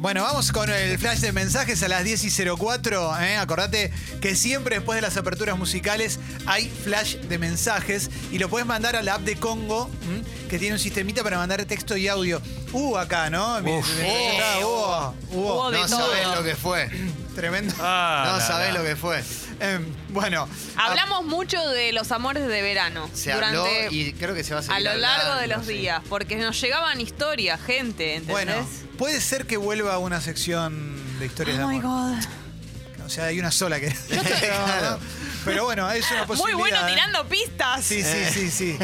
Bueno, vamos con el flash de mensajes a las 10 y 04. ¿eh? Acordate que siempre después de las aperturas musicales hay flash de mensajes y lo puedes mandar a la app de Congo, ¿m? que tiene un sistemita para mandar texto y audio. Uh, acá, ¿no? Mi- Uf. mi- mi- acá, hubo, hubo. Hubo de No todo. sabés lo que fue. Tremendo. No Ah, la, sabés la. lo que fue. Em, bueno. Hablamos mucho de los amores de verano. Se habló durante, y creo que se va a A seguir lo largo hablando, de los sí. días, porque nos llegaban historias, gente, ¿entendés? Bueno, puede ser que vuelva una sección de historias Oh de my amor. god. O sea, hay una sola que. Claro. Pero bueno, es una Pues Muy posibilidad. bueno ¿eh? tirando pistas. Sí, sí, Eh. sí, sí.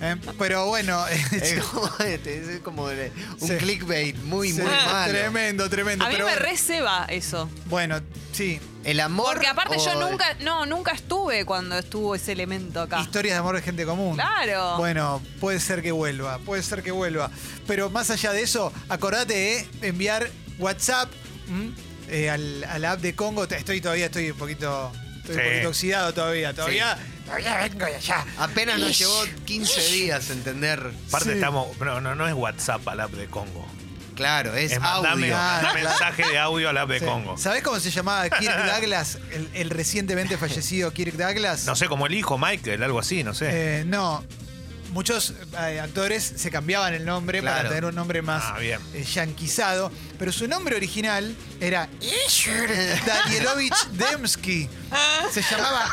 Em, pero bueno, Es como, este, es como de- un Sí. clickbait muy, Sí, muy malo. Tremendo, tremendo. A mí pero me bueno. receba eso. Bueno, sí. El amor. Porque aparte o yo el- nunca, no, nunca estuve cuando estuvo ese elemento acá. Historias de amor de gente común. Claro. Bueno, puede ser que vuelva, puede ser que vuelva. Pero más allá de eso, acordate de enviar WhatsApp ¿m? Eh, al, a la app de Congo. Te- Estoy todavía, estoy un poquito, estoy un Sí. poquito oxidado todavía. Todavía, todavía vengo de allá. Apenas nos llevó 15 días entender. Aparte Sí. estamos. No, no, no es WhatsApp al app de Congo. Claro, es, Es mandame, audio. Ah, mandame mensaje de audio al app de Congo. ¿Sabés cómo se llamaba Kirk Douglas, el, el recientemente fallecido Kirk Douglas? No sé, como el hijo Michael, algo así, no sé. Eh, no. Muchos eh, actores se cambiaban el nombre para Claro. tener un nombre más Ah, bien. eh, yanquizado, pero su nombre original era Ishur Danielovich Dembski. Ah. Se llamaba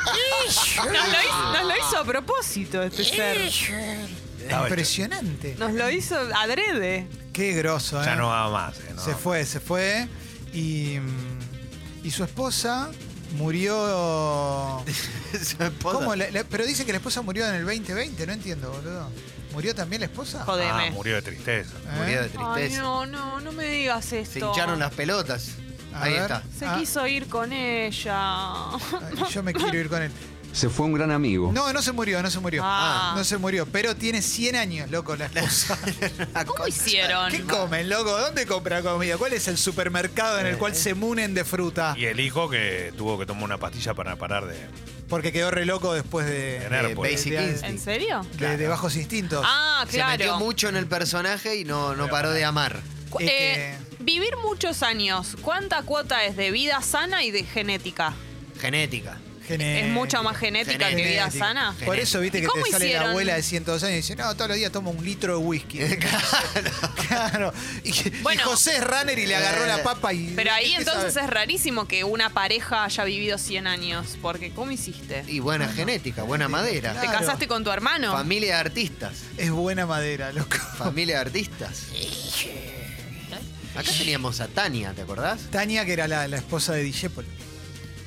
Ishur. Nos lo, hizo, nos lo hizo a propósito este ser. Estaba hecho. Impresionante. Nos lo hizo adrede. Qué groso, ¿eh? Ya no va más. eh, no. Se fue, se fue. Y, mm, y su esposa murió... Su esposa. ¿Cómo? La- la- pero dice que la esposa murió en el 2020, no entiendo, boludo. ¿Murió también la esposa? Jodeme. Ah, murió de tristeza. ¿Eh? Murió de Ay, tristeza. no, no, no me digas esto. Se hincharon las pelotas. A Ahí ver. está. Se Ah. quiso ir con ella. Ay, Yo me quiero ir con él. Se fue un gran amigo. No, no se murió, no se murió. Ah. No se murió, pero tiene 100 años, loco, la esposa. ¿Cómo hicieron? ¿Qué comen, loco? ¿Dónde compra comida? ¿Cuál es el supermercado en el cual se munen de fruta? Y el hijo que tuvo que tomar una pastilla para parar de. Porque quedó re loco después de, Tener, Eh, pues. Basic De- Instinct. ¿En serio? de- de bajos instintos. Ah, Se metió claro. mucho en el personaje y no, no paró de amar. Cu- Es eh, que- Vivir muchos años, ¿cuánta cuota es de vida sana y de genética? Genética. Gene- ¿Es mucha más genética que Eh, genética. vida sana? Por eso viste que ¿Cómo te sale la hicieron? abuela de 102 años y dice, no, todos los días tomo un litro de whisky. claro. Y, y Bueno. José es runner y le agarró la papa y... Pero ahí ¿qué entonces sabe? es rarísimo que una pareja haya vivido 100 años, porque ¿cómo hiciste? Y buena genética, buena madera. ¿Te Claro. casaste con tu hermano? Familia de artistas. Es buena madera, loco. Familia de artistas. Acá teníamos a Tania, ¿te acordás? Tania, que era la, la esposa de Dijépolo.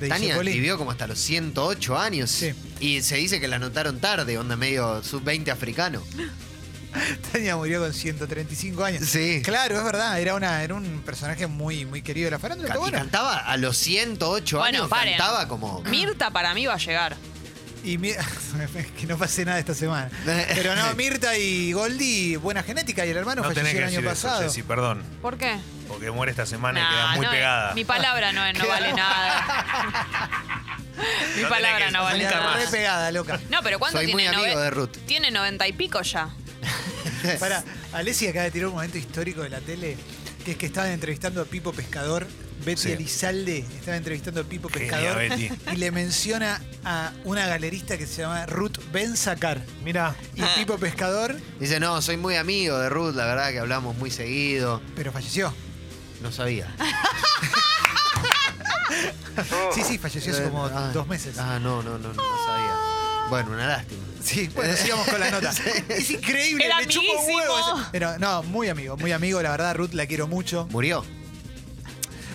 De Tania Dijépoli. vivió como hasta los 108 años. Sí. Y se dice que la notaron tarde, onda medio sub-20 africano. Tania murió con 135 años. Sí. Claro, es verdad. Era, una, era un personaje muy, muy querido de la farándula. Ca- pero y bueno. cantaba a los 108 Bueno, años, paren. cantaba como... Mirta para mí va a llegar. Y mi- que no pase nada esta semana. Pero no, Mirta y Goldi, buena genética. Y el hermano No falleció tenés que el año decir eso, pasado. Ceci, perdón. ¿Por qué? Porque muere esta semana y Nah, queda muy no, pegada. Mi palabra no, es- no Queda- vale nada. mi No palabra tenés que- no vale nunca nada. Re pegada, loca. No, pero ¿cuánto Soy muy tiene? amigo Nove- de Ruth. Tiene noventa y pico ya. Para, Alessi acaba de tirar un momento histórico de la tele, que es que estaban entrevistando a Pipo Pescador, Betty Sí. Elizalde estaba entrevistando a Pipo Genia, Pescador Betty. y le menciona a una galerista que se llama Ruth Ben Sacar. Mira, Y Pipo Pescador, Dice, no, soy muy amigo de Ruth, la verdad que hablamos muy seguido. pero falleció. No sabía. Ah, Sí, sí, falleció hace como Ah, dos meses. Ah, no, no, no, no, no sabía. Bueno, una lástima. Sí, bueno, sigamos con la nota. Es increíble, Era le chupa un huevo. amiguísimo. ese- Pero no, muy amigo, muy amigo, la verdad, Ruth la quiero mucho. Murió.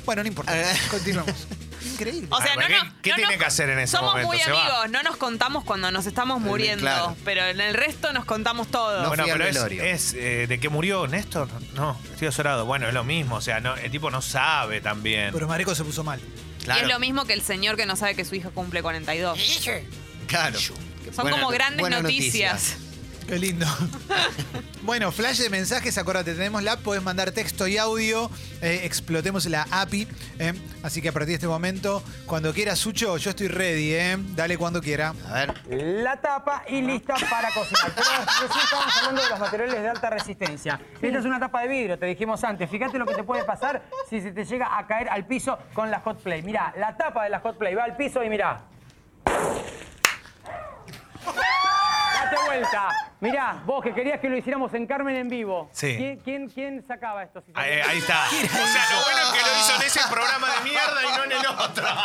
Bueno, no importa, continuamos. Increíble. O sea, Ah, no, ¿qué- nos- qué no tiene nos- que hacer en ese somos momento? muy Se va. Eh, amigos, no nos contamos cuando nos estamos muriendo, claro. pero en el resto nos contamos todo. No bueno, fui al pero es, velorio. es, eh, de que murió Néstor. No, estoy azorado. Bueno, es lo mismo. O sea, no, el tipo no sabe también. Pero Mareco se puso mal. Y Claro. es lo mismo que el señor que no sabe que su hija cumple 42. Claro. Son Buena no- como grandes buena noticias. noticia. Qué lindo. Bueno, flash de mensajes, acuérdate, tenemos la app, podés mandar texto y audio, eh, explotemos la API, eh, así que a partir de este momento, cuando quieras, Sucho, yo estoy ready, eh, dale cuando quiera. A ver. la tapa y lista para cocinar. Pero recién estábamos hablando de los materiales de alta resistencia. Esta es una tapa de vidrio, te dijimos antes. Fíjate lo que te puede pasar si se te llega a caer al piso con la hot play. Mirá, la tapa de la hot play va al piso y mirá. Date vuelta. Mirá, vos que querías que lo hiciéramos en Carmen en vivo. Sí. Ah, eh. ¿Quién, quién, quién sacaba esto? Si Ahí, ahí está. O sea, lo bueno es que lo hizo en ese programa de mierda y no en el otro.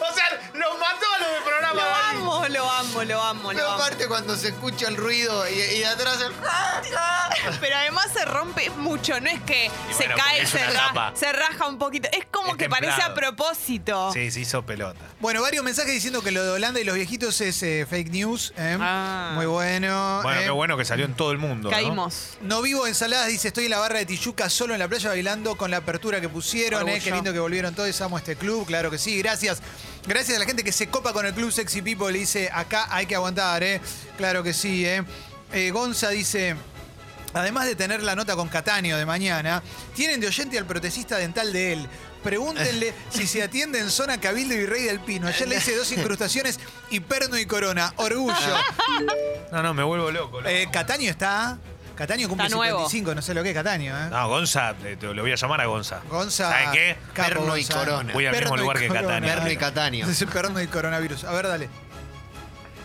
O sea, lo mató a los del programa. Lo David. amo, lo amo, lo amo, Pero lo amo. aparte cuando se escucha el ruido y, y de atrás el... Ah, Pero además se rompe mucho, no es que Y se bueno, cae, es se, una ra- tapa. se raja un poquito. Es como Es que parece templado. a propósito. Sí, se hizo pelota. Bueno, varios mensajes diciendo que lo de Holanda y los viejitos es eh, fake news, eh, Ah. muy bueno. Bueno, eh. qué bueno que salió en todo el mundo. ¿no? Caímos. No vivo ensaladas, dice, estoy en la barra de Tijuca solo en la playa bailando con la apertura que pusieron, eh, Orgullo. qué lindo que volvieron todos, amo este club, claro que sí, gracias. Gracias a la gente que se copa con el club Sexy People, le dice, acá hay que aguantar, eh. claro que sí. Eh. Eh, Gonza dice, además de tener la nota con Cataño de mañana, tienen de oyente al protecista dental de él. Pregúntenle si se atiende en zona Cabildo y Rey del Pino. Ayer le hice dos incrustaciones y perno y corona. Orgullo. No, no, me vuelvo loco. loco. Eh, Cataño está. Cataño cumple Está nuevo. 55, no sé lo que es Cataño, ¿eh? No, Gonza, eh, te- lo voy a llamar a Gonza. Gonza. ¿Sabes qué? Capo Perno y Gonza. Corona. Voy al mismo y lugar que Corona. Catania. Perno y Catania. Es el perno y coronavirus. A ver, dale.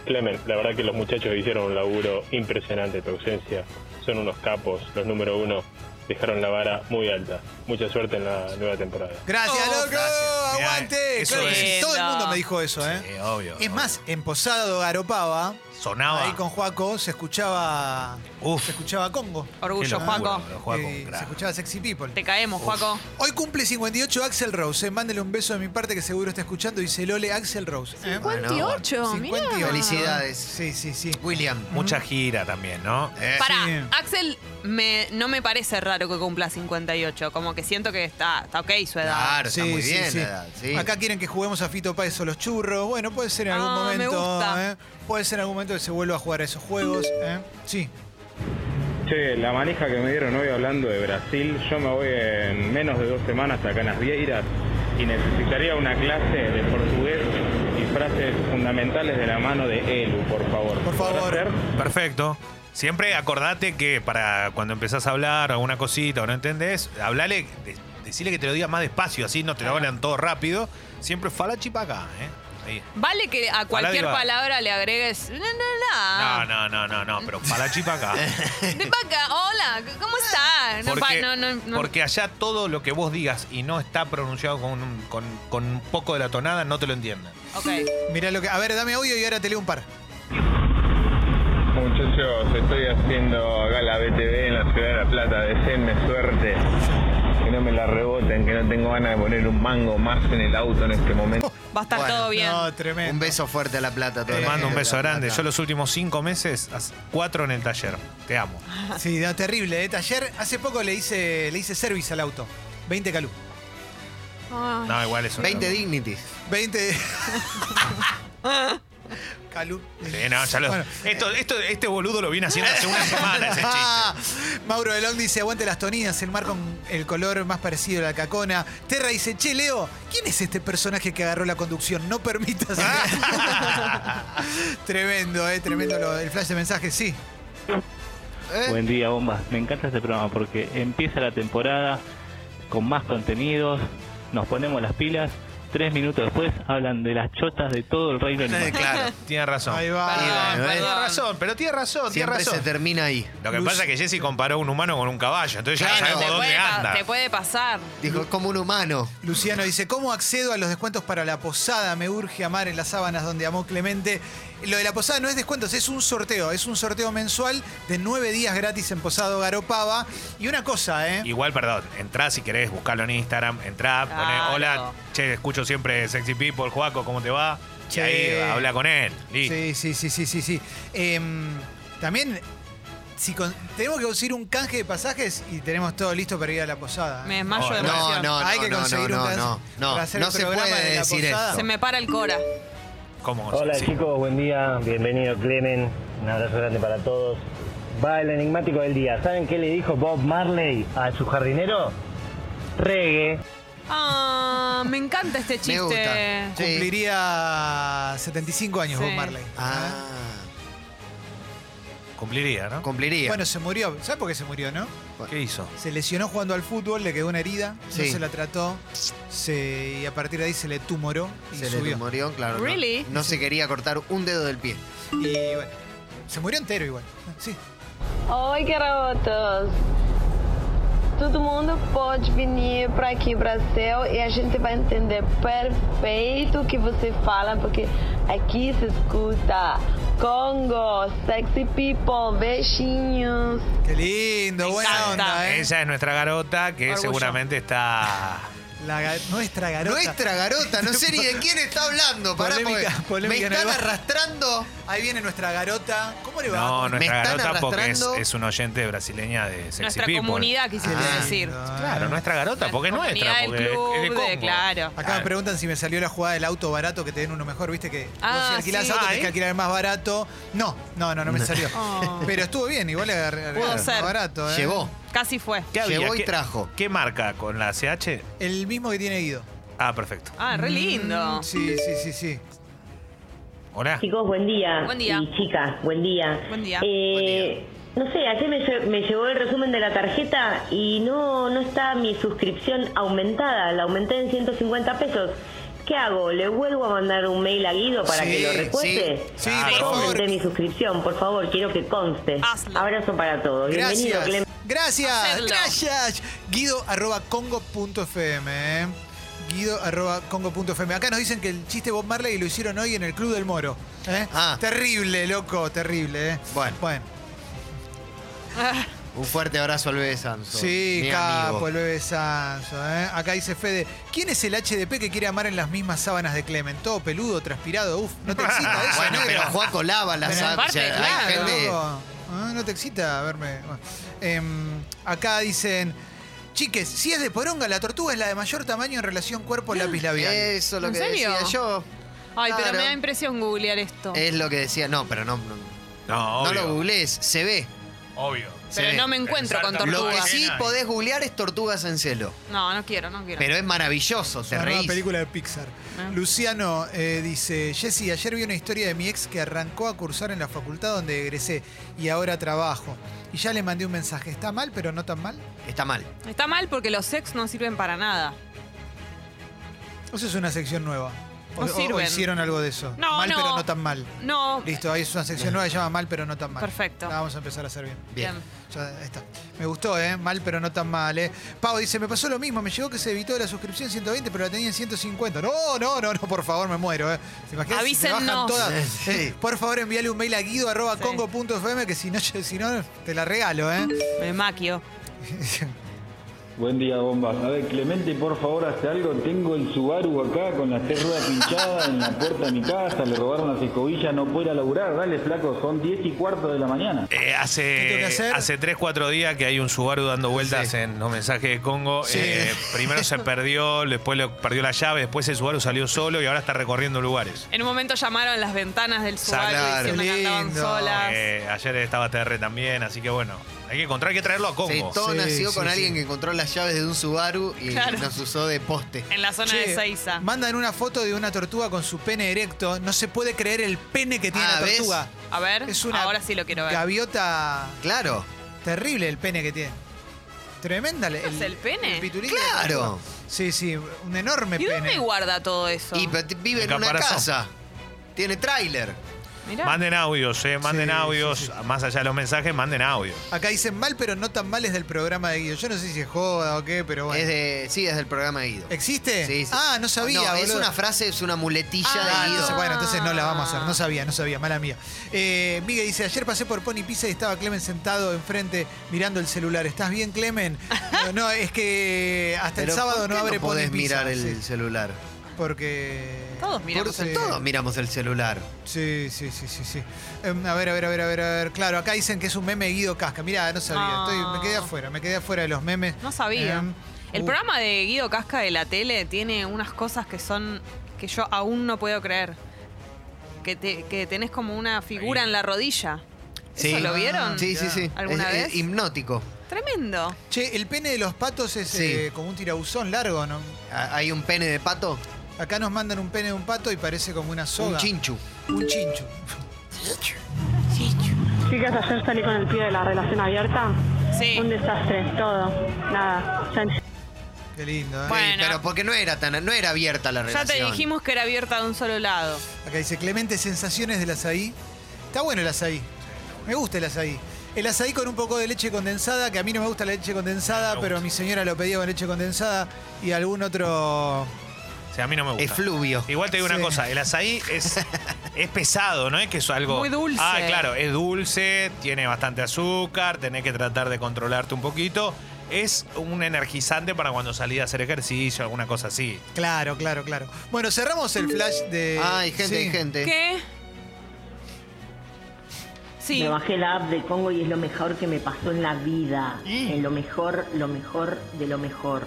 Clemen, la verdad que los muchachos hicieron un laburo impresionante tu ausencia. Son unos capos, los número uno. Dejaron la vara muy alta. Mucha suerte en la nueva temporada. Gracias, Oh, loco. gracias. Mirá, Aguante. eso Claro que sí. es. Todo el mundo me dijo eso, ¿eh? Sí, obvio. Es obvio. más, en Posado Garopaba, sonaba. ahí con Juaco, se escuchaba. Uf. Se escuchaba Congo. Qué Orgullo, locura, Juaco. pero Juaco, Eh, un crack. se escuchaba Sexy People. Te caemos, Juaco. Hoy cumple 58 Axel Rose. eh. Mándele un beso de mi parte que seguro está escuchando. Dice Lole Axel Rose. eh. Bueno, 58, mirá. 58. Felicidades. Sí, sí, sí. William. ¿Mm? Mucha gira también, ¿no? Eh, Pará, Sí. Axel, me, no me parece raro que cumpla 58. Como que siento que está, está ok su edad. Claro, está muy bien la edad, sí. Acá quieren que juguemos a Fito Páez o los churros. Bueno, puede ser en algún Ah, me momento. gusta. ¿eh? Puede ser en algún momento que se vuelva a jugar a esos juegos. ¿eh? Sí. Che, la manija que me dieron hoy hablando de Brasil, yo me voy en menos de dos semanas a Canasvieiras y necesitaría una clase de portugués y frases fundamentales de la mano de Elu, por favor. Por favor. ¿Podrá ser? Perfecto. Siempre acordate que para cuando empezás a hablar alguna cosita o no entendés, hablale, de- decile que te lo diga más despacio, así no te lo hablan todo rápido. Siempre fala chipa acá, ¿eh? Ahí. Vale que a cualquier diva. palabra le agregues. No, no, no. No, no, no, no, no, pero fala chipa acá. De pa' acá, hola, ¿cómo estás? No, pa- Porque, no, no, no. porque allá todo lo que vos digas y no está pronunciado con un, con, con un poco de la tonada, no te lo entienden. Ok. Mirá lo que. A ver, dame audio y ahora te leo un par. Muchachos, estoy haciendo acá la BTV en la ciudad de La Plata. Deseenme suerte. Que no me la reboten, que no tengo ganas de poner un mango más en el auto en este momento. Va a estar Bueno, todo bien. No, tremendo. Un beso fuerte a La Plata. a toda Te la mando un gente de beso La grande. Plata. Yo los últimos cinco meses, as- cuatro en el taller. Te amo. Sí, no, terrible. ¿eh? Ayer, hace poco le hice, le hice service al auto. 20 calú. Ay. No, igual eso. 20 dignities. 20. calú. Sí, no, ya lo- Bueno. eh, esto, esto- este boludo lo viene haciendo hace una semana ese chiste. Ah, Mauro Delón dice, aguante las toninas, el mar con el color más parecido a la cacona. Terra dice, che, Leo, ¿quién es este personaje que agarró la conducción? No permitas. tremendo, eh, tremendo lo- el flash de mensaje, sí. Buen día, bombas. Me encanta este programa porque empieza la temporada con más contenidos, nos ponemos las pilas. Tres minutos después hablan de las chotas de todo el reino animal. Claro. Tiene razón. Ahí va. Perdón, bueno, eh. Tiene perdón. razón, pero tiene razón, tiene Siempre se razón. termina ahí. Lo que Luz- pasa es que Jesse comparó un humano con un caballo, entonces ya Claro. sabemos te, dónde puede pa- anda. te puede pasar. Dijo, es como un humano. Luciano dice, ¿cómo accedo a los descuentos para la posada? Me urge amar en las sábanas donde amó Clemente. Lo de la posada no es descuentos, es un sorteo. Es un sorteo mensual de nueve días gratis en Posado Garopaba. Y una cosa, ¿eh? Igual, perdón, entrá si querés, buscalo en Instagram, entrá, poné, Claro. hola, che, escucho siempre Sexy People, Juaco, ¿cómo te va? Sí. Y ahí va, habla con él. listo. Sí, sí, sí, sí, sí, sí. Em, también, si con- tenemos que conseguir un canje de pasajes y tenemos todo listo para ir a la posada. ¿eh? Me desmayo Oh, de no, emoción. No, no, Hay no, que no, conseguir no, un no, canje no, no, para hacer no el se programa puede de la decir posada. esto. Se me para el cora. ¿Cómo? Hola Sí. chicos, buen día, bienvenido Clemen. Un abrazo grande para todos. Va el enigmático del día. ¿Saben qué le dijo Bob Marley a su jardinero? Reggae. Ah, me encanta este chiste. Me gusta. Sí. Cumpliría 75 años Sí. Bob Marley. Ah, Cumpliría, ¿no? cumpliría. Bueno, se murió. ¿Sabes por qué se murió, no? ¿Qué hizo? Se lesionó jugando al fútbol, le quedó una herida, Sí. no se la trató se- y a partir de ahí se le tumoró y se le subió. murió, claro. no- Really? No, se quería cortar un dedo del pie. y bueno, se murió entero igual. Sí. Oi, garotas! Todo mundo pode vir para aqui, Brasil, e a gente vai entender perfeito o que você fala, porque aqui se escuta Congo, sexy people, beijinhos. Qué lindo, Me buena encanta. onda, ¿eh? Ella es nuestra garota que Orgullo. seguramente está. La ga- nuestra garota. Nuestra garota, no sé ni de quién está hablando. Pará, Polémica- porque polémica en me el están bar. arrastrando. Ahí viene nuestra garota. ¿Cómo le va? No, Me nuestra están garota porque es, arrastrando. es una oyente brasileña de Sexy Nuestra People. comunidad, quisiera Ah. decir. Claro, nuestra garota, porque es Comunidad nuestra. del Porque es- es de Ah, club, de- Congo. claro. Acá me preguntan si me salió la jugada del auto barato que te den uno mejor, viste que Ah, vos si alquilás sí. auto Ah, tenés ¿eh? que alquilar el más barato. No, no, no, no me salió. Oh. Pero estuvo bien, igual le agarré Pudo agarré el más ser. barato. ¿eh? Llegó. Casi fue. ¿Qué había? Llegó y ¿Qué- trajo. ¿Qué marca? ¿Con la CH? El mismo que tiene Guido. Ah, perfecto. Ah, re lindo. Mm, Sí, sí, sí, sí. Hola. Chicos, buen día. Buen día. Y chicas, buen día. Buen día. Eh, No sé, ayer me, lle- me llegó el resumen de la tarjeta y no, no está mi suscripción aumentada. La aumenté en 150 pesos. ¿Qué hago? ¿Le vuelvo a mandar un mail a Guido para Sí, que lo recueste? sí, sí, ¿Cómo por favor. aumenté mi suscripción, por favor, quiero que conste. Hazlo. Abrazo para todos. Bienvenido, Gracias. Clemente. Gracias. Hacedlo. Gracias. Guido arroba congo.fm. ¿eh? Guido arroba congo.fm. Acá nos dicen que el chiste Bob Marley lo hicieron hoy en el Club del Moro. ¿eh? Ah. Terrible, loco, terrible. ¿eh? Bueno. Bueno. Un fuerte abrazo al bebé Sanso. Sí, mi capo, amigo. el bebé Sanso. ¿eh? Acá dice Fede, ¿quién es el HDP que quiere amar en las mismas sábanas de Clement? Todo peludo, transpirado, uf, no te excita eso. Bueno, negro? pero Juaco lava las Pero sa- aparte, o sea, claro, Hay gente. Loco, ah, No te excita verme. Bueno. Em, acá dicen, chiques, si es de poronga, la tortuga es la de mayor tamaño en relación cuerpo-lápiz labial. Eso es lo ¿En que serio? decía yo. Ay, pero Claro. me da impresión googlear esto. Es lo que decía. No, pero no. No, No, no obvio. lo googlees, se ve. Obvio. se pero ve. no me encuentro con Exactamente. Lo que tortugas. sí Ajena. podés googlear es tortugas en celo. No, no quiero, no quiero. Pero es maravilloso, te Una nueva reís. película de Pixar. Ah. Luciano eh, dice, Jesse, ayer vi una historia de mi ex que arrancó a cursar en la facultad donde egresé y ahora trabajo. Y ya le mandé un mensaje, está mal, pero no tan mal. Está mal. Está mal porque los sex no sirven para nada. Eso es una sección nueva. O, No o- o sirven. hicieron algo de eso. No, mal, no. pero no tan mal. No. Listo, ahí es una sección nueva que se llama Mal, pero no tan mal. Perfecto. La vamos a empezar a hacer bien. Bien. Ya ahí está. Me gustó, ¿eh? Mal, pero no tan mal, ¿eh? Pau dice, me pasó lo mismo, me llegó que se evitó la suscripción 120, pero la tenía en 150. No, no, no, no, por favor, me muero, ¿eh? ¿Se imaginan si te bajan Avísennos. todas? Sí. Eh, Por favor, envíale un mail a guido.congo.fm que si no, yo- si no, te la regalo, ¿eh? Me maquio. Buen día, bombas. A ver, Clemente, por favor, hace algo. Tengo el Subaru acá con las tres ruedas pinchadas en la puerta de mi casa. Le robaron las escobillas, no puedo ir a laburar. Dale, flaco, son 10 y cuarto de la mañana. Eh, ¿Qué tengo que hace, hacer? hace 3, 4 días que hay un Subaru dando vueltas en los mensajes de Congo. Sí. Eh, primero se perdió, después lo- perdió la llave, después el Subaru salió solo y ahora está recorriendo lugares. En un momento llamaron las ventanas del Subaru Claro, diciendo que andaban lindo. solas. Eh, ayer estaba TR también, así que bueno, hay que encontrar, hay que traerlo a Sí, Congo. todo Sí, nació con sí, alguien sí. que encontró las llaves de un Subaru y Claro. nos usó de poste. En la zona Che, de Seiza. Mandan una foto de una tortuga con su pene erecto. No se puede creer el pene que tiene Ah, la ¿ves? tortuga. A ver, Es una ahora sí lo quiero ver. Gaviota Claro, terrible el pene que tiene. Tremenda. ¿Es el pene? pitulín de la claro. tortuga. Sí, sí, un enorme ¿Y pene. dónde guarda todo eso? Y pero t- vive El en una caparazón. casa. Tiene tráiler. Mirá. Manden audios, eh, manden Sí, sí, audios, sí. más allá de los mensajes, manden audios. Acá dicen mal, pero no tan mal es del programa de Guido. Yo no sé si es joda o qué, pero bueno. Es de, sí, es del programa de Guido. ¿Existe? Sí, sí. Ah, no sabía. No, es boludo. una frase, es una muletilla Ah, Ah, de entonces, Guido. bueno, entonces no la vamos a hacer. No sabía, no sabía, mala mía. Eh, Miguel dice, ayer pasé por Pony Pizza y estaba Clemen sentado enfrente mirando el celular. ¿Estás bien, Clemen? No, no, es que hasta Pero el ¿por sábado qué no abre Pony podés Pizza. mirar el Sí, celular. porque... Todos miramos Porque- Por- Todos miramos el celular. Sí, sí, sí, sí, sí. Em, a ver, a ver, a ver, a ver, a ver. Claro, acá dicen que es un meme de Guido Casca. Mirá, no sabía. Ah. Estoy- me quedé afuera, me quedé afuera de los memes. No sabía. Em, El uh, programa de Guido Casca de la tele tiene unas cosas que son que yo aún no puedo creer. que, te- que tenés como una figura en la rodilla. Sí. Ah, ¿Eso lo vieron? Sí, sí, sí. ¿Alguna Es, eh, vez? hipnótico. Tremendo. Che, el pene de los patos es Sí. eh, como un tirabuzón largo, ¿no? A- ¿Hay un pene de pato? Acá nos mandan un pene de un pato y parece como una soga. Un chinchu. Un chinchu. Chicas, ayer salí con el pie de la relación abierta. Sí. Un desastre, todo. Nada. Ya- Qué lindo, ¿eh? Sí, pero porque no era tan no era abierta la Ya relación. te dijimos que era abierta de un solo lado. Acá dice Clemente, sensaciones del azaí. Está bueno el azaí. Me gusta el azaí. El azaí con un poco de leche condensada, que a mí no me gusta la leche condensada, pero mi señora lo pedía con leche condensada y algún otro. O sea, a mí no me gusta. Efluvio. Igual te digo Sí. una cosa, el azaí es, es pesado, ¿no? Es que es algo... Muy dulce. Ah, claro, es dulce, tiene bastante azúcar, tenés que tratar de controlarte un poquito. Es un energizante para cuando salís a hacer ejercicio, alguna cosa así. Claro, claro, claro. Bueno, cerramos el flash de. Ay, gente, Sí. Ah, hay gente. ¿Qué? Sí. Me bajé la app de Congo y es lo mejor que me pasó en la vida. En lo mejor, lo mejor de lo mejor.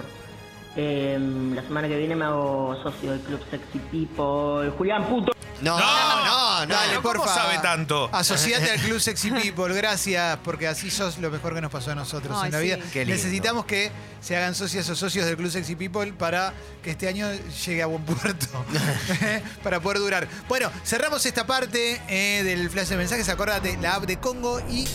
Eh, la semana que viene me hago socio del Club Sexy People. Julián, puto. No, No, no, no, Dale, No, ¿cómo porfa. sabe tanto? Asociate al Club Sexy People, gracias, porque así sos lo mejor que nos pasó a nosotros Ay, en la sí. vida. Qué lindo. Necesitamos que se hagan socias o socios del Club Sexy People para que este año llegue a buen puerto, ¿eh? para poder durar. Bueno, cerramos esta parte eh, del flash de mensajes. Acordate, la app de Congo y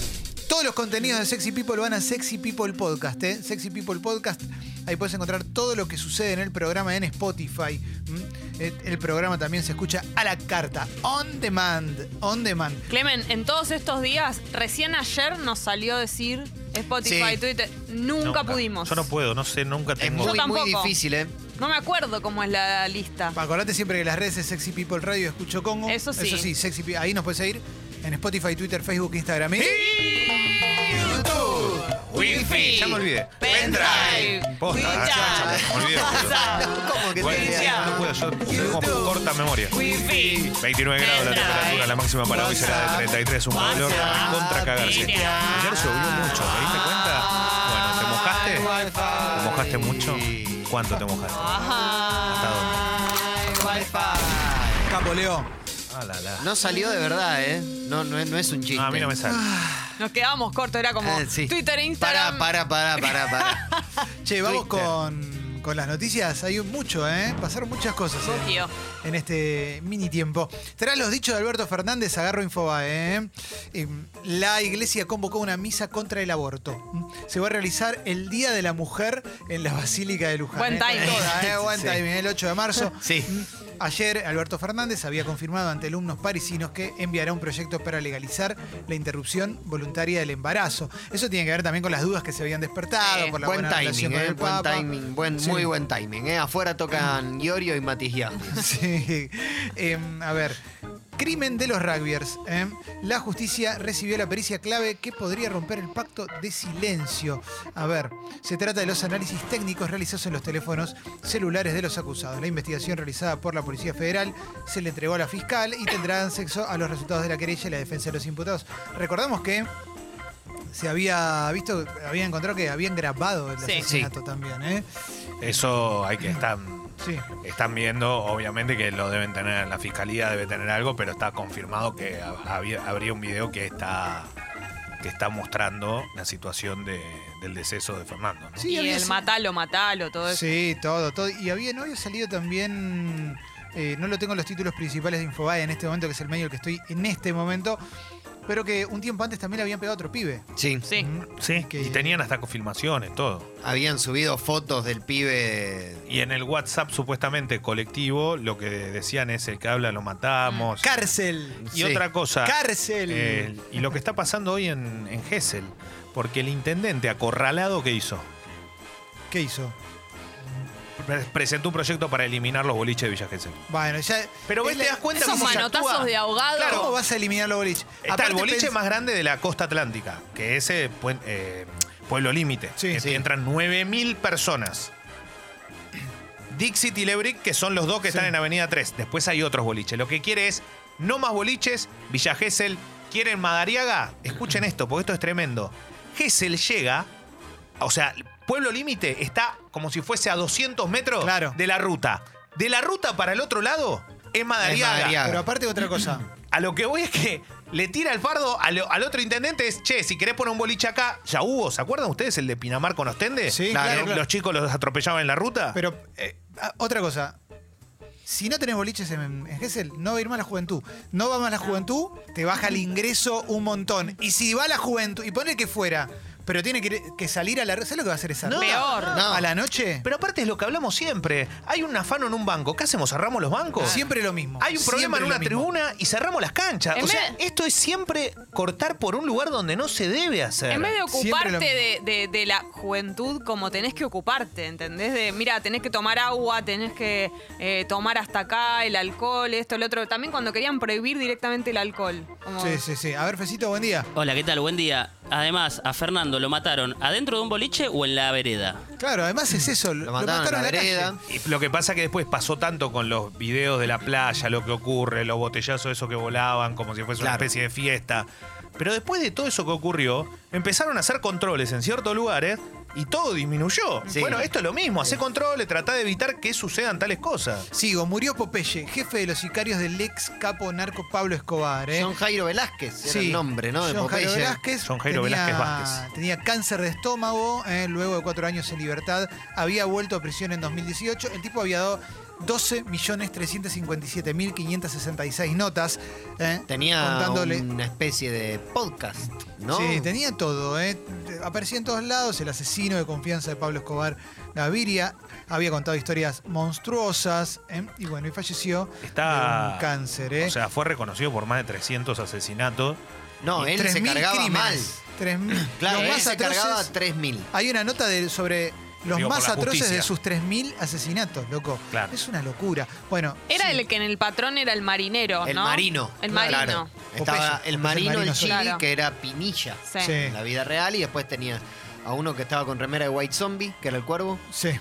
todos los contenidos de Sexy People van a Sexy People Podcast. eh. Sexy People Podcast. Ahí puedes encontrar todo lo que sucede en el programa en Spotify. ¿m? Eh, El programa también se escucha a la carta, on demand, on demand. Clemen, en todos estos días, recién ayer nos salió decir Spotify, Sí. Twitter, nunca, pudimos. Yo no puedo, no sé, nunca Es tengo... muy, muy tampoco. difícil, ¿eh? No me acuerdo cómo es la lista. Acordate siempre que las redes es Sexy People Radio, Escucho Congo. Eso sí. Eso sí, Sexy People. Ahí nos puedes seguir en Spotify, Twitter, Facebook, Instagram. ¿eh? y- Wi-Fi. Ya me olvidé. Posta, ya, ya, me olvidé. ¿Cómo que Igual, te- no puedo, yo tengo corta memoria. 29 grados la temperatura, la máxima para hoy será de 33, un calor contra cagarse. Ayer llovió mucho, ¿te diste cuenta? Bueno, ¿te mojaste? ¿Te mojaste mucho? ¿Cuánto te mojaste? ¿Hasta dónde? Capo, Leo. Ah, la, la. No salió de verdad, ¿eh? No, no, es- no es un chiste. No, a mí no me sale. Nos quedábamos cortos, era Ah, como Eh, sí. Twitter, Instagram. Pará, pará, pará, pará, pará. Che, vamos Twitter. con, con las noticias. Hay un- mucho, ¿eh? Pasaron muchas cosas. ¿eh? Mucho. En este mini tiempo. Tras los dichos de Alberto Fernández, agarro Infobae. ¿eh? Eh, La iglesia convocó una misa contra el aborto. Se va a realizar el Día de la Mujer en la Basílica de Luján. Buen ¿eh? timing. Toda, ¿eh? Buen Sí. timing, el 8 de marzo. Sí. Mm, Ayer Alberto Fernández había confirmado ante alumnos parisinos que enviará un proyecto para legalizar la interrupción voluntaria del embarazo. Eso tiene que ver también con las dudas que se habían despertado Sí. por la Buen buena relación timing, con ¿eh? el Buen Papa. timing, buen, Sí. muy buen timing, ¿eh? Afuera tocan Iorio y Matis Yambis. Sí. Em, a ver. Crimen de los rugbyers. em. La justicia recibió la pericia clave que podría romper el pacto de silencio. A ver, se trata de los análisis técnicos realizados en los teléfonos celulares de los acusados. La investigación realizada por la Policía Federal se le entregó a la fiscal y tendrán sexo a los resultados de la querella y la defensa de los imputados. Recordamos que se había visto, había encontrado que habían grabado el Sí. asesinato también, ¿eh? Eso hay que estar... Sí. Están viendo, obviamente, que lo deben tener, la fiscalía debe tener algo, pero está confirmado que había- habría un video que está que está mostrando la situación de- del deceso de Fernando. ¿no? Sí, y había el se- matalo, matalo, todo eso. Sí, todo, todo. Y había, no había salido también. eh, no lo tengo en los títulos principales de Infobae en este momento, que es el medio en el que estoy en este momento. Pero que un tiempo antes también le habían pegado a otro pibe. Mm. Sí. Sí. Sí, que- y tenían hasta confirmaciones, todo. Habían subido fotos del pibe. Y en el WhatsApp supuestamente colectivo, lo que decían es el que habla lo matamos. Mm. ¡Cárcel! Y Sí. otra cosa. ¡Cárcel! eh, y lo que está pasando hoy en, en Gessel, porque el intendente acorralado que hizo, ¿Qué hizo? pre- presentó un proyecto para eliminar los boliches de Villa Gesell. Bueno, ya. Pero vos es te la- das cuenta Esos cómo se manotazos actúa. de ahogado. ¿Cómo vas a eliminar los boliches? Está Aparte, el boliche pens- más grande de la costa atlántica, que ese puen- eh, pueblo límite. Sí, que sí. Entran 9.000 personas. Dixit y Lebrick, que son los dos que están en Avenida 3. Después hay otros boliches. Lo que quiere es no más boliches, Villa Gesell. ¿Quieren Madariaga? Escuchen esto, porque esto es tremendo. Gesell llega, o sea, el pueblo límite está como si fuese a 200 metros Claro. de la ruta. De la ruta para el otro lado es Madariaga. Madariaga. Pero aparte, otra cosa. a lo que voy es que le tira el fardo al, al otro intendente es, che, si querés poner un boliche acá, ya hubo, ¿se acuerdan ustedes el de Pinamar con Ostende? Sí, Que claro, Los, claro. chicos los atropellaban en la ruta. Pero, eh, ah, otra cosa. Si no tenés boliches en, en Gesell, no va a ir más la juventud. No va más la juventud, te baja el ingreso un montón. Y si va la juventud, y pone que fuera, pero tiene que, que salir a la... ¿Sabes lo que va a hacer esa No, Peor. no. ¿A la noche? Pero aparte es lo que hablamos siempre. Hay un afano en un banco. ¿Qué hacemos? ¿Cerramos los bancos? Siempre lo mismo. Hay un Ah. problema Siempre en lo una mismo. tribuna y cerramos las canchas. En o sea, vez- esto es siempre cortar por un lugar donde no se debe hacer. En vez de Siempre lo ocuparte de, de- de la juventud como tenés que ocuparte, ¿entendés? De, mira, tenés que tomar agua, tenés que eh, tomar hasta acá el alcohol, esto, lo otro. También cuando querían prohibir directamente el alcohol. Como- Sí, sí, sí. A ver, Fecito, buen día. Hola, ¿qué tal? Buen día. Además, a Fernando lo mataron adentro de un boliche o en la vereda. Claro, además es eso. Lo, mataron, a la calle. Y Lo que pasa que después pasó tanto con los videos de la playa, lo que ocurre, los botellazos esos que volaban, como si fuese una Claro. especie de fiesta. Pero después de todo eso que ocurrió, empezaron a hacer controles en ciertos lugares y todo disminuyó. Sí. Bueno, esto es lo mismo, hacer controles, tratar de evitar que sucedan tales cosas. Sigo, murió Popeye, jefe de los sicarios del ex capo narco Pablo Escobar. ¿eh? John Jairo Velázquez, era el nombre, ¿no? De John Jairo Popeye. Velázquez. John Jairo tenía- Velázquez Vázquez. Tenía cáncer de estómago, ¿eh? luego de cuatro años en libertad. Había vuelto a prisión en 2018. El tipo había dado 12.357.566 notas. ¿eh? Tenía Contándole. una especie de podcast, ¿no? Sí, tenía todo, ¿eh? Aparecía en todos lados el asesino de confianza de Pablo Escobar Gaviria. Había contado historias monstruosas, ¿eh? Y bueno, y falleció de Está. un cáncer, ¿eh? O sea, fue reconocido por más de 300 asesinatos. No, Y él se 3.000 cargaba crímenes. 3.000. Claro, Los él más se atroces- cargaba 3.000. Hay una nota de- sobre los Digo, por más la atroces justicia. de sus 3.000 asesinatos, loco. Claro. Es una locura. Bueno, Era el que en el patrón era el marinero, ¿no? El marino. El Claro. marino. Estaba Popeye, el Popeye marino, el marino, sí. chili, Claro. que era Pinilla Sí. Sí. en la vida real. Y después tenía a uno que estaba con remera de White Zombie, que era el cuervo. sí.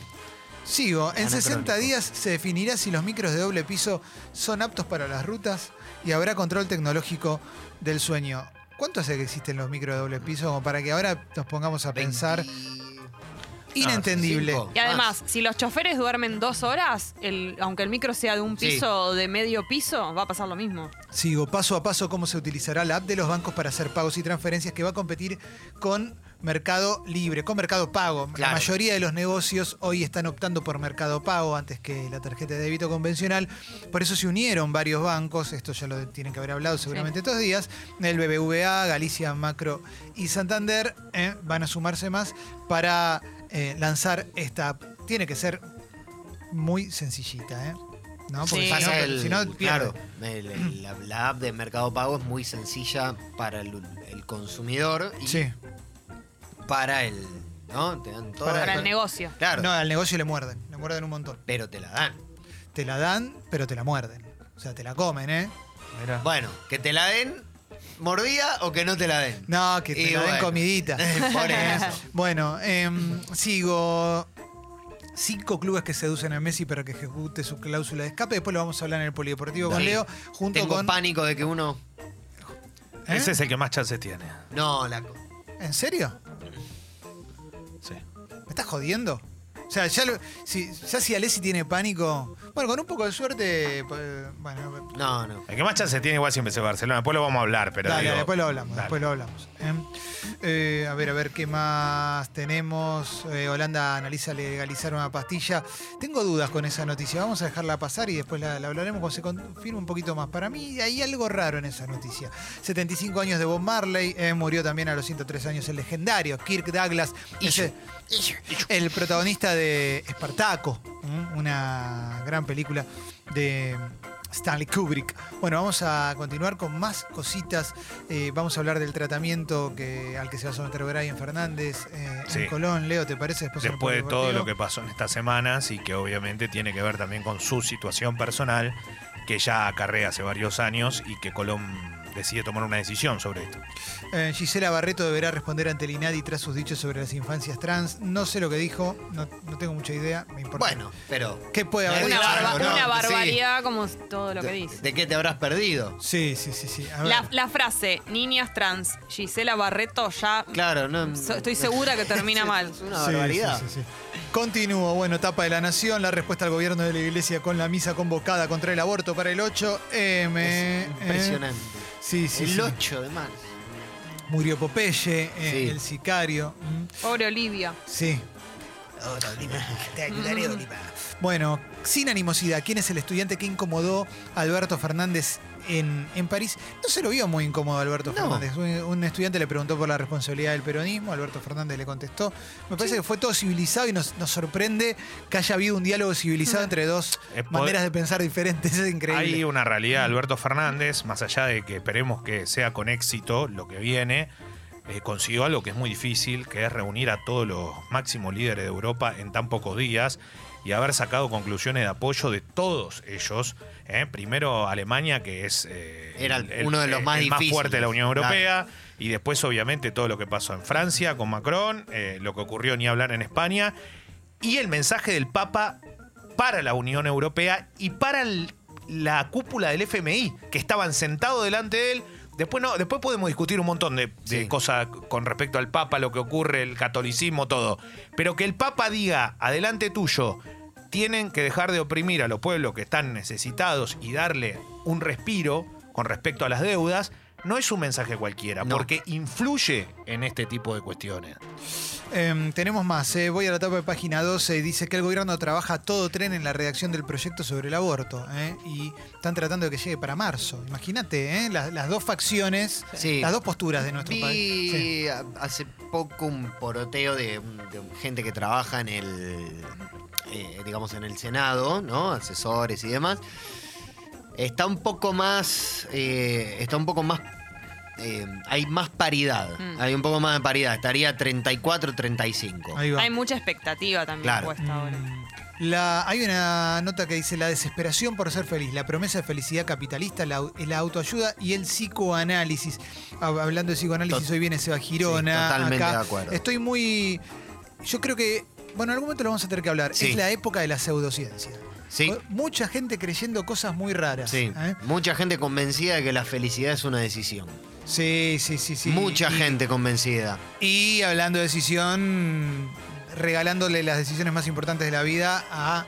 Sigo. En 60 Anacrónico. días se definirá si los micros de doble piso son aptos para las rutas y habrá control tecnológico del sueño. ¿Cuánto hace que existen los micros de doble piso? Como para que ahora nos pongamos a pensar. Inentendible. cinco. Y además, si los choferes duermen dos horas, el, aunque el micro sea de un Sí. piso o de medio piso, va a pasar lo mismo. Sigo paso a paso cómo se utilizará la app de los bancos para hacer pagos y transferencias que va a competir con Mercado Libre, con Mercado Pago. La Claro. mayoría de los negocios hoy están optando por Mercado Pago antes que la tarjeta de débito convencional. Por eso se unieron varios bancos, esto ya lo tienen que haber hablado seguramente estos días, el BBVA, Galicia, Macro y Santander eh, van a sumarse más para eh, lanzar esta app. Tiene que ser muy sencillita, ¿eh? ¿No? Porque Sí. si no- Pasa el- si no, pierde. claro, el- el- la, la app de Mercado Pago es muy sencilla para el, el consumidor y Sí. para el. ¿No? Te dan todo. Para el negocio. Claro, No, al negocio le muerden, le muerden un montón. pero te la dan. Te la dan, pero te la muerden. O sea, te la comen, ¿eh? Bueno, que te la den mordida o que no te la den. No, que te Y la den bueno. comidita. Por eso. Bueno, em, sigo. Cinco clubes que seducen a Messi para que ejecute su cláusula de escape. Después lo vamos a hablar en el Polideportivo con Sí. Leo. Junto Tengo con. pánico de que uno. ¿Eh? Ese es el que más chances tiene. No, la. ¿En serio? Sí. ¿Me estás jodiendo? O sea, ya, lo- si, ya si Alessi tiene pánico. Bueno, con un poco de suerte. eh, Bueno, No, no. El que más chances tiene igual siempre es el Barcelona. Después lo vamos a hablar, pero. Dale, digo, después lo hablamos, dale. después lo hablamos. ¿eh? Eh, a ver, a ver qué más tenemos. Eh, Holanda analiza legalizar una pastilla. Tengo dudas con esa noticia. Vamos a dejarla pasar y después la, la hablaremos cuando se confirme un poquito más. Para mí hay algo raro en esa noticia. 75 años de Bob Marley. eh, murió también a los 103 años el legendario Kirk Douglas. ese- el protagonista de Espartaco, ¿m? una gran película de Stanley Kubrick. Bueno, vamos a continuar con más cositas. Eh, vamos a hablar del tratamiento que, al que se va a someter Brian Fernández eh, Sí. en Colón. Leo, ¿te parece? en el Después de todo polideportivo. lo que pasó en estas semanas y que obviamente tiene que ver también con su situación personal, que ya acarrea hace varios años y que Colón decide tomar una decisión sobre esto. Eh, Gisela Barreto deberá responder ante el INADI tras sus dichos sobre las infancias trans. No sé lo que dijo, no, no tengo mucha idea, me importa. Bueno, pero. ¿Qué puede haber Una, dicho? barba- no, una sí. barbaridad como todo lo que dice. ¿De qué te habrás perdido? Sí, sí, sí, sí. A ver. La, la frase, niñas trans, Gisela Barreto, ya Claro, no. so- estoy segura que termina mal. Sí, sí, sí, sí. Continúo, bueno, tapa de la nación, la respuesta al gobierno de la iglesia con la misa convocada contra el aborto para el 8M. eh. Impresionante. Sí, sí, el sí. 8 de marzo. Murió Popeye, eh, Sí. el sicario. mm, Pobre Olivia. Sí. Ahora, Oliva, te ayudaré, Oliva. Bueno, sin animosidad, ¿quién es el estudiante que incomodó a Alberto Fernández en, en París? No se lo vio muy incómodo a Alberto No. Fernández. Un, un estudiante le preguntó por la responsabilidad del peronismo, Alberto Fernández le contestó. Me parece que fue todo civilizado y nos, nos sorprende que haya habido un diálogo civilizado entre dos Es poder- maneras de pensar diferentes. Es increíble. Hay una Mm. realidad, Alberto Fernández, más allá de que esperemos que sea con éxito lo que viene, eh, consiguió algo que es muy difícil, que es reunir a todos los máximos líderes de Europa en tan pocos días y haber sacado conclusiones de apoyo de todos ellos. ¿eh? Primero Alemania, que es eh, Era uno de los el- más el más difíciles, fuerte de la Unión claro. Europea. Francia, y después obviamente todo lo que pasó en Francia con Macron, eh, lo que ocurrió ni hablar en España y el mensaje del Papa para la Unión Europea y para el- la cúpula del FMI que estaban sentados delante de él. Después, no, después podemos discutir un montón de, de Sí. cosas con respecto al Papa, lo que ocurre, el catolicismo, todo. Pero que el Papa diga, adelante tuyo, tienen que dejar de oprimir a los pueblos que están necesitados y darle un respiro con respecto a las deudas, no es un mensaje cualquiera, No. porque influye en este tipo de cuestiones. Em, tenemos más. eh. Voy a la tapa de página 12. Dice que el gobierno trabaja a todo tren en la redacción del proyecto sobre el aborto. eh, Y están tratando de que llegue para marzo. Imagínate, eh, las, las dos facciones, Sí. las dos posturas de nuestro Vi país. Sí. a- hace poco un poroteo de, de gente que trabaja en el, eh, digamos, en el Senado, ¿no? Asesores y demás. Está un poco más, eh, está un poco más, eh, hay más paridad, Mm. hay un poco más de paridad. Estaría 34-35. Ahí va. Hay mucha expectativa también Claro. puesta ahora. La- hay una nota que dice la desesperación por ser feliz, la promesa de felicidad capitalista, la, au- la autoayuda y el psicoanálisis. Hab- Hablando de psicoanálisis, Tot- hoy viene Seba Girona. Sí, totalmente acá. de acuerdo. Estoy muy. Yo creo que. Bueno, en algún momento lo vamos a tener que hablar. Sí. Es la época de la pseudociencia. Sí. Mucha gente creyendo cosas muy raras. Sí, ¿eh? mucha gente convencida de que la felicidad es una decisión. sí, sí, sí, sí. mucha Y- gente convencida. Y hablando de decisión, regalándole las decisiones más importantes de la vida a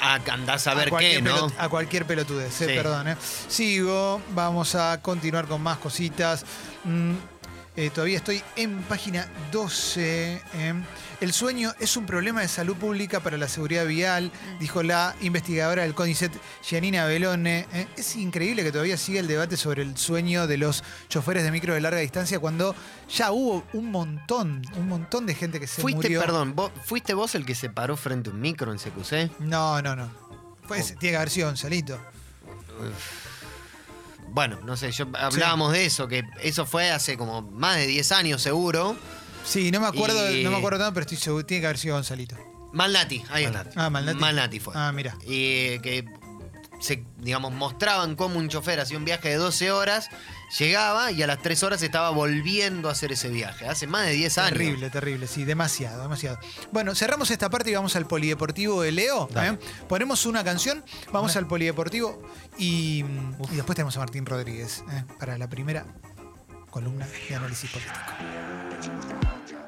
Ah, andás a ver qué, cualquier ¿no? pelot- a cualquier pelotudez, eh, Sí. perdón. eh. Sigo, vamos a continuar con más cositas. Mm, eh, todavía estoy en página 12. eh. El sueño es un problema de salud pública para la seguridad vial, dijo la investigadora del CONICET, Gianina Belone. eh. Es increíble que todavía siga el debate sobre el sueño de los choferes de micro de larga distancia cuando ya hubo un montón, un montón de gente que se Fuiste, murió. perdón, vos- ¿fuiste vos el que se paró frente a un micro en CQC? No, no, no. Pues, Oh. tiene que haber sido Gonzalito. Bueno, no sé, yo hablábamos de eso, que eso fue hace como más de 10 años seguro. Sí, no me acuerdo, Y- no me acuerdo tanto, pero estoy seguro, tiene que haber sido Gonzalito. Malnati, ahí está. Ah, Malnati. fue. Ah, mira. Y eh, que se, digamos, mostraban cómo un chofer hacía un viaje de 12 horas, llegaba y a las 3 horas estaba volviendo a hacer ese viaje. Hace más de 10 años. Terrible, terrible, sí, demasiado, demasiado. Bueno, cerramos esta parte y vamos al polideportivo de Leo. ¿eh? Ponemos una canción, vamos al polideportivo y, y después tenemos a Martín Rodríguez ¿eh? para la primera columna de análisis político.